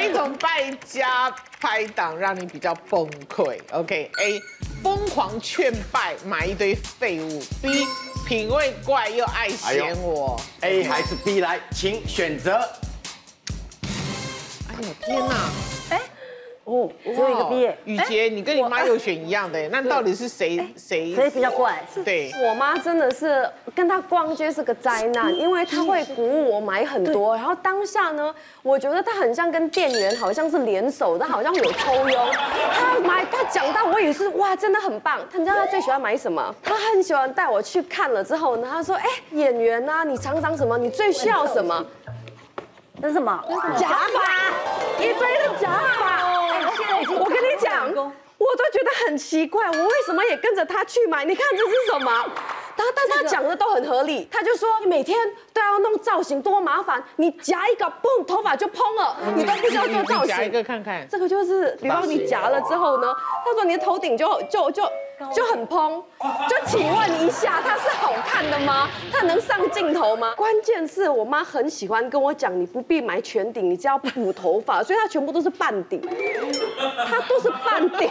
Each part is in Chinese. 一种败家拍档让你比较崩溃？OK，A，疯狂劝败，买一堆废物；B，品味怪又爱哎嫌呦我。 A 还是 B 来，请选择。哎呦天哪！哦，只有一个哎 B，耶雨哎杰，你跟你妈又选一样的，那到底是谁谁所以哎比较怪。对？我妈真的是跟她逛街是个灾难，因为她会鼓舞我买很多，然后当下呢，我觉得她很像跟店员好像是联手，她好像有抽佣，她买她讲到我也是哇，真的很棒。她你知道她最喜欢买什么？她很喜欢带我去看了之后呢，她说哎、演员呐、你常常什么，你最需要什么？那是什么？假发，一堆的假发。哎现在已经我跟你讲，我都觉得很奇怪，我为什么也跟着他去买？你看这是什么？但但他讲的都很合理，他就说每天都要弄造型，多麻烦！你夹一个，嘣，头发就蓬了，你都不需要做造你夹一型。个看看。这个就是，比方你夹了之后呢，他说你的头顶就就就就很蓬，就请问一下，它是好看的吗？它能上镜头吗？关键是我妈很喜欢跟我讲，你不必买全顶，你只要补头发， 所以她全部都是半顶，她都是半顶。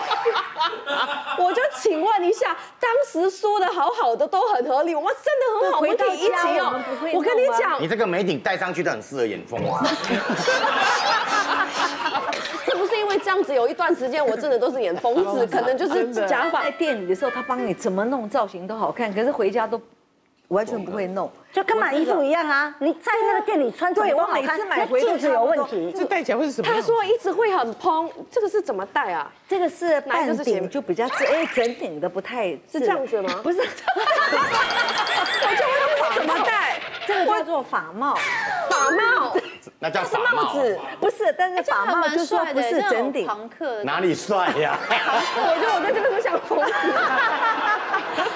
我就请问一下，当时说的好好的都很合理，我们真的很好，我对们回到可以一起家我哦们不会。我跟你弄吗讲你，这个眉顶戴上去都很适合演凤凰。是不是因为这样子，有一段时间我真的都是演 疯子，可能就是假发在店里的时候，他帮你怎么弄造型都好看，可是回家都完全不会弄，就跟买衣服一样啊，你在那个店里穿对怎么我都好每看次买那回都就是有问差不多题。这戴起来会是什么他样？说一直会很蓬，这个是怎么戴啊？这个是哪一半个是前顶面就比较是，哎，整顶的不太是是这样子吗 不是，我就问他怎么戴，这个叫做法帽，法帽，那叫法帽帽子啊，不是，但是法帽就说不是整顶，朋克哪里帅呀？我觉得我在这边都想疯子，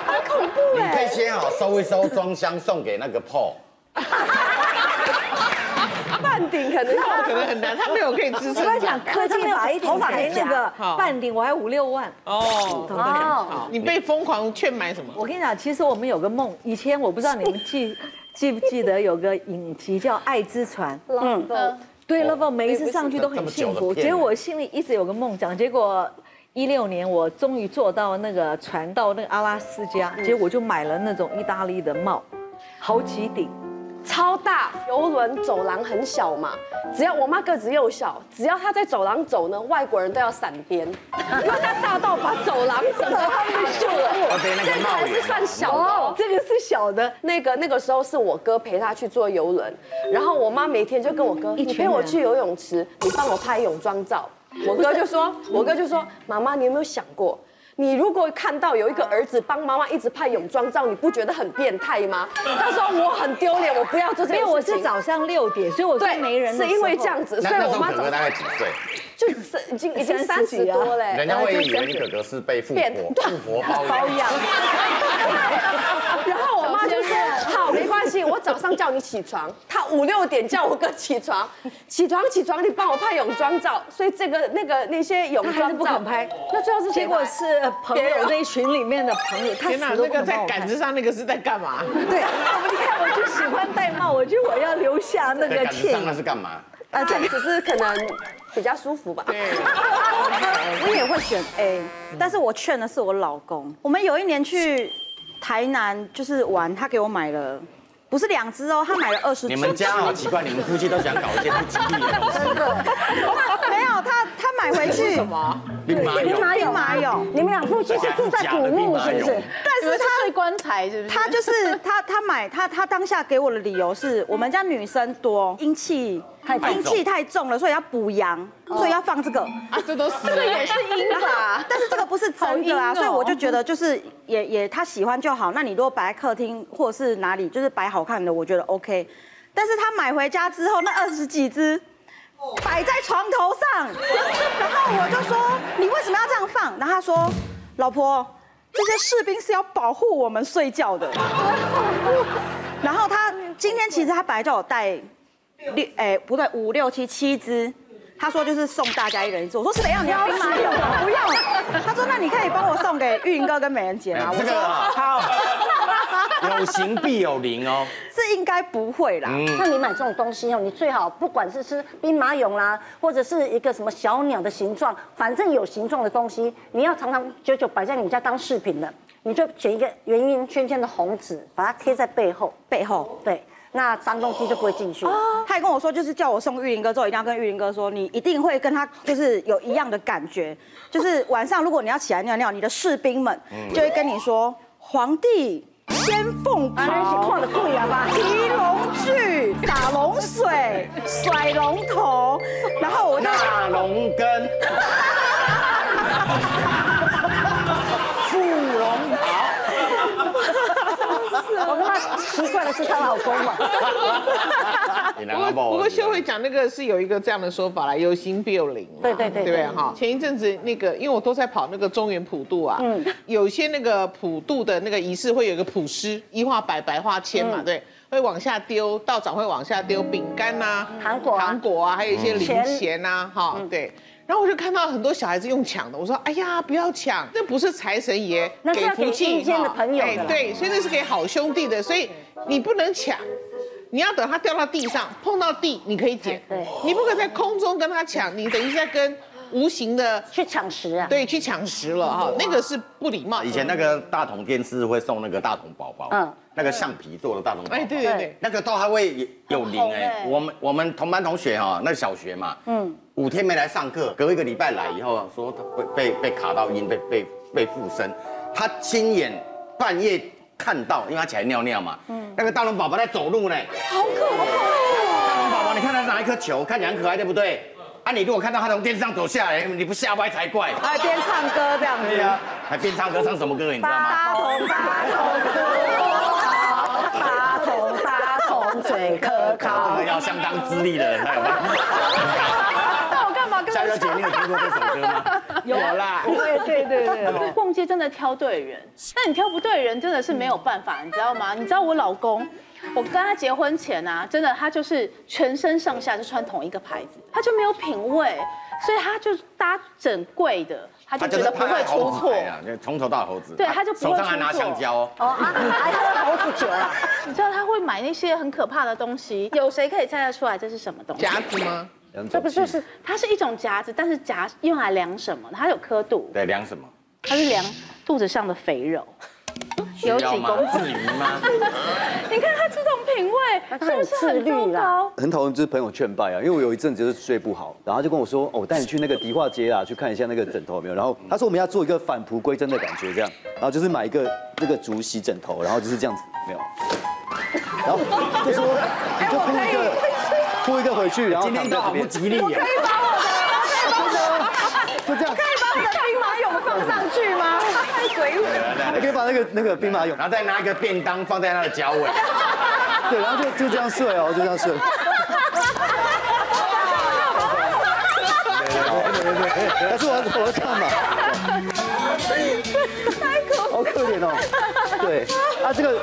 好恐怖你可以哎！先好收一收，装箱送给那个 Paul。半顶可能那我可能很难，他没有可以支撑我哎跟你讲，的。科技法一点，头发没那个好半顶，我还五六万。哦，哦，你被疯狂劝买什么？我跟你讲，其实我们有个梦，以前我不知道你们记记不记得有个影集叫《爱之船》。嗯对哦 l o v e 每一次上去都很幸这么久福，的片结果我心里一直有个梦想，结果。一六年，我终于坐到那个船到那个阿拉斯加，嗯结果就买了那种意大利的帽，好几顶，超大，游轮走廊很小嘛，只要我妈个子又小，只要她在走廊走呢，外国人都要闪边，因为她大到把走廊整个都被秀了。要被那个这个帽还是檐。算小的哦。这个是小的，那个那个时候是我哥陪他去坐游轮，然后我妈每天就跟我哥，一群人你陪我去游泳池，你帮我拍泳装照。我哥就说，我哥就说，妈妈，你有没有想过？你如果看到有一个儿子帮妈妈一直拍泳装照，你不觉得很变态吗？ 他说我很丢脸，我不要做这件事没情。有，我是早上六点，所以我对是没人的是因为时候这样子，那所以那时我候妈哥早哥大概几岁？就是已经已经三三十十几啊多嘞，人家会以然后为就你哥哥是被富变婆富婆 包养。养，然后我妈就说：“好，没关系，我早上叫你起床。”她五六点叫我哥起床，起床起床，你帮我拍泳装照。所以这个那个那些泳他还装是照不肯拍，那最后是谁结果拍是朋别人友那一群里面的朋友，他天哪，死都那不个肯帮在我杆看。子上那个是在干嘛？对，你看我就喜欢戴帽，我觉得我要留下那在个杆子倩上那影。是干嘛？啊，这只是可能比较舒服吧。 我也会选 A，但是哎嗯我劝的是我老公。我们有一年去台南就是玩，他给我买了，不是两只哦，他买了二十只。你们家哦好奇怪，你们夫妻都想搞一些不吉利的东西。 没有他，他买回去什么？兵马 兵俑，马俑，马俑，你们俩夫妻是住在古墓是不是？但是他睡棺材是不是？他就是他，他买他他当下给我的理由是我们家女生多，阴气重阴气太重了，所以要补阳，所以要放这个。啊，这都死了。也是 阴吧？但是这个不是真的好啊，阴哦所以我就觉得就是也也他喜欢就好。那你如果摆在客厅或者是哪里，就是摆好看的，我觉得 OK。但是他买回家之后，那二十几只摆在床头上，然后我就说你为什么要这样放？然后他说，老婆，这些士兵是要保护我们睡觉的。 然后他今天其实他本来叫我带六，哎、不对，五六七七只。他说就是送大家一人一只，我说谁要你要兵马俑啊？不要。他说那你可以帮我送哎 给玉英哥跟美人姐吗？我这说个啊好，有形必有灵哦。是是应该不会啦。那你买这种东西哦，你最好不管是吃兵马俑啦，或者是一个什么小鸟的形状，反正有形状的东西，你要常常久久摆在你们家当饰品的，你就选一个圆圆圈圈的红纸，把它贴在背后，背后，对，那脏东西就不会进去。哦他还跟我说，就是叫我送玉林哥之后，一定要跟玉林哥说，你一定会跟他就是有一样的感觉，就是晚上如果你要起来尿尿，你的士兵们就会跟你说，皇帝仙凤啊，那是袍。看得贵啊吧？提龙具、打龙水、甩龙头，然后我就大龙根， 我跟他奇怪的是她老公嘛，你不过不过秀慧讲那个是有一个这样的说法啦，有形必有灵嘛。对对对对不对哈？前一阵子那个，因为我都在跑那个中原普渡啊，嗯有些那个普渡的那个仪式会有一个普师，一画百，百画千嗯嘛，对，会往下丢，道长会往下丢饼干呐、糖果啊嗯糖果啊，还有一些零钱呐，哈，对。然后我就看到很多小孩子用抢的，我说：“哎呀，不要抢，那不是财神爷哦那是要福给气阴间的哈朋友哎的啦对，所以那是给好兄弟的，所以你不能抢，你要等它掉到地上，碰到地你可以捡，对你不可以在空中跟他抢，你等于是在跟无形的去抢食啊。对去抢食了哈，那个是不礼貌。以前那个大桶电视会送那个大桶宝宝，嗯嗯，那个橡皮做的大桶宝宝，哎，对对对，那个都还会有灵红哎、哎我们我们同班同学哈、那小学嘛，嗯，五天没来上课，隔一个礼拜来以后，说他被被被卡到音，被被被附身，他亲眼半夜看到，因为他起来尿尿嘛，嗯，那个大龙宝宝在走路呢，好可怕！大龙宝宝，你看他拿一颗球，看起来很可爱，对不对？啊，你如果看到他从电视上走下来，你不吓歪才怪。啊边唱歌这样子。对呀、还边唱歌唱什么歌，你知道吗？八筒八筒，八筒八筒最可这靠个。要相当资历 的人才有办法。那我干嘛跟夏他小姐，你有听过这首歌吗？有啦，对对对对。逛街真的挑对人，但你挑不对人真的是没有办法，你知道吗？你知道我老公，我跟他结婚前啊，真的他就是全身上下就穿同一个牌子，他就没有品味，所以他就搭整柜的， 他他就觉就是得不会出错。哎啊，就从头到猴子。对他就不会手上还拿出错香蕉哦。哦啊，你还喝猴子酒啊？你知道他会买那些很可怕的东西，有谁可以猜得出来这是什么东西？夹子吗？这不就是它是一种夹子，但是夹用来量什么？它有刻度，对量什么？它是量肚子上的肥肉。需要吗？至于 吗？你看他这种品味，是不是很他很自糟律啦糕？很讨厌就是朋友劝败啊，因为我有一阵子就是睡不好，然后他就跟我说，哦，我带你去那个迪化街啊，去看一下那个枕头有没有。然后他说我们要做一个返璞归真的感觉，这样，然后就是买一个那个竹席枕头，然后就是这样子，没有。然后就说你哎就铺一个铺一个回去，然后今天躺在刚好不旁边，吉利啊耶。就这样，兵马俑放上去吗？太鬼对啊对啊对你哎可以把那个那个兵马俑啊，然后再拿一个便当放在他的 脚尾，对，然后就就这样睡哦，就这样睡。但是我要我要唱嘛，好可怜哦。对，啊这个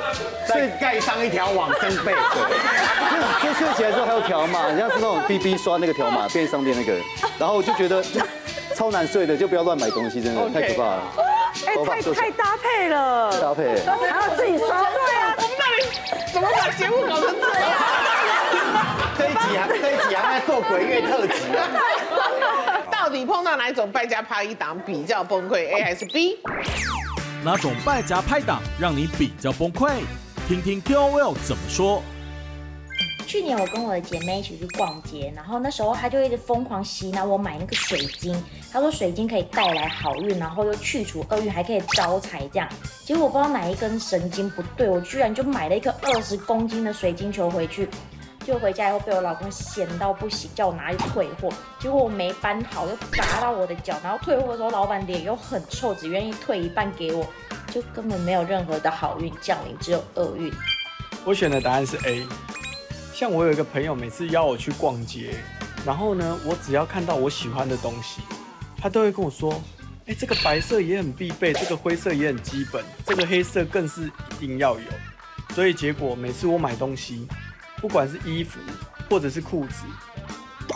再盖上一条网生 被。就睡起来之后还有条码，人家是那种 B B 刷那个条码，便利商店那个，然后我就觉得就超难睡的，就不要乱买东西，真的 OK 太可怕了。哎，太太搭配了。搭配，还有自己刷，对啊，我们到底怎么把节目搞成这样？这一集还这一集还在做鬼月特辑啊。到底碰到哪一种败家趴一档比较崩溃？A 还是 B？哪种败家拍档让你比较崩溃？听听 KOL 怎么说。去年我跟我的姐妹一起去逛街，然后那时候她就一直疯狂洗脑我买那个水晶，她说水晶可以带来好运，然后又去除厄运，还可以招财这样。结果我不知道哪一根神经不对，我居然就买了一颗二十公斤的水晶球回去。就回家以后被我老公嫌到不行，叫我拿去退货。结果我没搬好，又砸到我的脚。然后退货的时候，老板脸又很臭，只愿意退一半给我，就根本没有任何的好运降临，只有厄运。我选的答案是 A。像我有一个朋友，每次邀我去逛街，然后呢，我只要看到我喜欢的东西，他都会跟我说：“哎、这个白色也很必备，这个灰色也很基本，这个黑色更是一定要有。”所以结果每次我买东西，不管是衣服或者是裤子，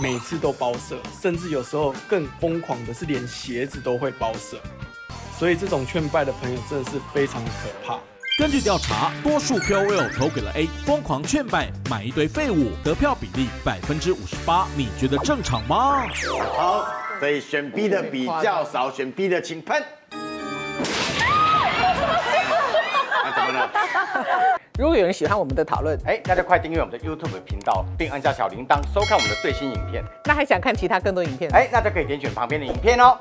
每次都包色，甚至有时候更疯狂的是连鞋子都会包色。所以这种劝败的朋友真的是非常可怕。根据调查，多数 KOL 投给了 A，疯狂劝败买一堆废物，得票比例百分之五十八，你觉得正常吗？好，所以选 B 的比较少，选 B 的请喷。那哎怎么了？如果有人喜欢我们的讨论，哎，大家快订阅我们的 YouTube 频道，并按下小铃铛收看我们的最新影片。那还想看其他更多影片？哎，那就可以点选旁边的影片哦。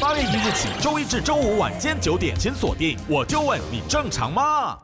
八月一日起，周一至周五晚间九点，请锁定《我就问你正常吗》。